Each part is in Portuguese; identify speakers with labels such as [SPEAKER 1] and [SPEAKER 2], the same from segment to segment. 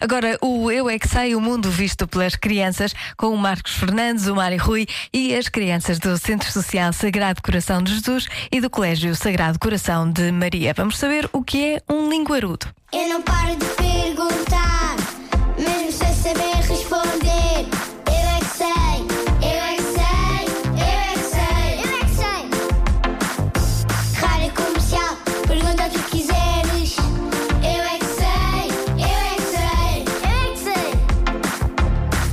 [SPEAKER 1] Agora, o Eu é que sei, o mundo visto pelas crianças, com o Marcos Fernandes, o Mário Rui e as crianças do Centro Social Sagrado Coração de Jesus e do Colégio Sagrado Coração de Maria. Vamos saber o que é um linguarudo.
[SPEAKER 2] Eu não paro de perguntar, mesmo sem saber responder. Eu é que sei, eu é que sei, eu é que sei, eu é que sei. Rádio comercial, pergunta o que quiseres. Eu é que sei, eu é que sei, eu é que sei.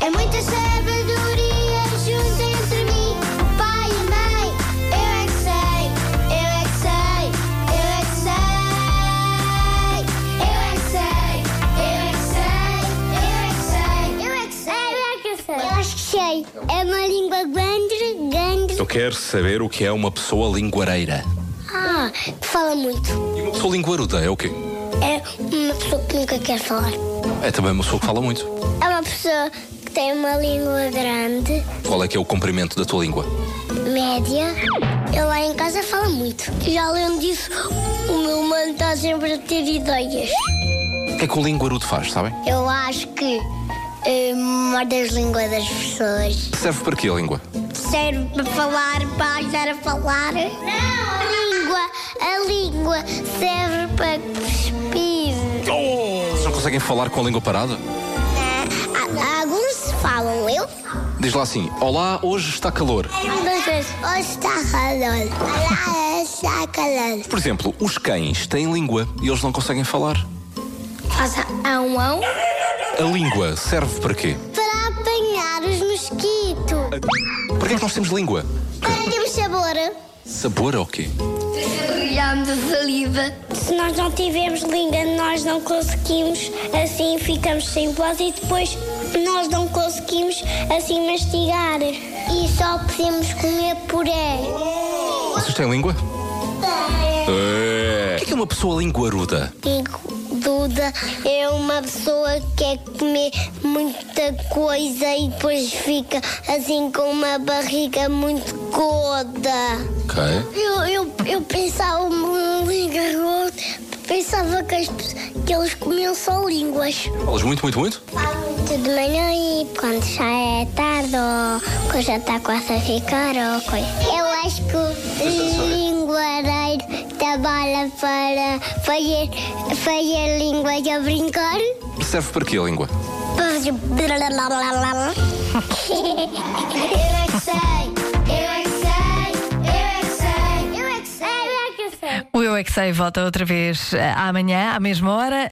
[SPEAKER 2] É muita sabedoria junto entre mim, o pai e a mãe. Eu é que sei, eu é que sei, eu é que sei. Eu é que sei, eu é que sei, eu é que sei. Eu é que sei, eu é que sei. Eu acho que sei. É uma língua grande, grande.
[SPEAKER 3] Eu quero saber o que é uma pessoa linguareira.
[SPEAKER 2] Ah, fala muito.
[SPEAKER 3] Uma pessoa linguaruda é o quê?
[SPEAKER 2] É uma pessoa que nunca quer falar.
[SPEAKER 3] É também uma pessoa que fala muito.
[SPEAKER 2] É uma pessoa que tem uma língua grande,
[SPEAKER 3] Qual é que é o comprimento da tua língua?
[SPEAKER 2] média. Ele lá em casa fala muito. E além disso, o meu mano está sempre a ter ideias.
[SPEAKER 3] O que é que o linguarudo faz, sabem?
[SPEAKER 2] Eu acho que eh, morde as línguas das pessoas.
[SPEAKER 3] Serve para quê a língua?
[SPEAKER 2] Serve para falar, para ajudar a falar. Não! A língua, a língua serve para cuspir. né?
[SPEAKER 3] Vocês não conseguem falar com a língua parada?
[SPEAKER 2] Alguns falam, eu
[SPEAKER 3] Diz lá assim: Olá, hoje está calor.
[SPEAKER 2] Hoje está calor. Olá, está calor.
[SPEAKER 3] Por exemplo, os cães têm língua e eles não conseguem falar.
[SPEAKER 2] Faça a um a um.
[SPEAKER 3] A língua serve para quê?
[SPEAKER 2] Para apanhar os mosquitos. é
[SPEAKER 3] Para que é que nós temos língua?
[SPEAKER 2] Para termos sabor.
[SPEAKER 3] Sabor ou quê?
[SPEAKER 2] Tiramos a saliva. Se nós não tivermos língua, nós não conseguimos. Assim ficamos sem voz e depois nós não conseguimos assim mastigar. E só podemos comer puré.
[SPEAKER 3] Vocês têm língua? É. O que é que é uma pessoa linguaruda?
[SPEAKER 2] Digo, Duda é uma pessoa que quer comer muita coisa e depois fica assim com uma barriga muito gorda.
[SPEAKER 3] Ok.
[SPEAKER 2] Eu, eu, eu pensava um lingarrote, pensava que, as pe- que eles comiam só línguas.
[SPEAKER 3] Falas muito, muito, muito?
[SPEAKER 2] Muito de manhã e quando já é tarde ou quando já está quase a ficar ou coisa. Eu acho que o linguareiro trabalha para fazer, fazer línguas a brincar. é
[SPEAKER 3] Serve para quê a língua?
[SPEAKER 2] Para fazer... Eu é que sei, eu é que sei, eu é que sei, eu é que sei, eu é que sei.
[SPEAKER 1] O Eu é que sei volta outra vez eh, amanhã, à mesma hora.